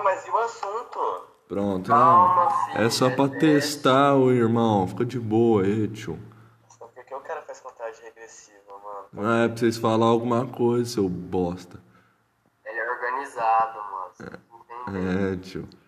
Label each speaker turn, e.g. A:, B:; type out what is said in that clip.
A: mas e o assunto?
B: Pronto.
A: Calma, filho.
B: É só pra testar, ô irmão. Fica de boa aí, tio.
A: Só porque o cara faz contagem regressiva, mano.
B: Não é pra vocês falar alguma coisa, seu bosta.
A: Ele é organizado, mano. Você tem que entender.
B: É, tio.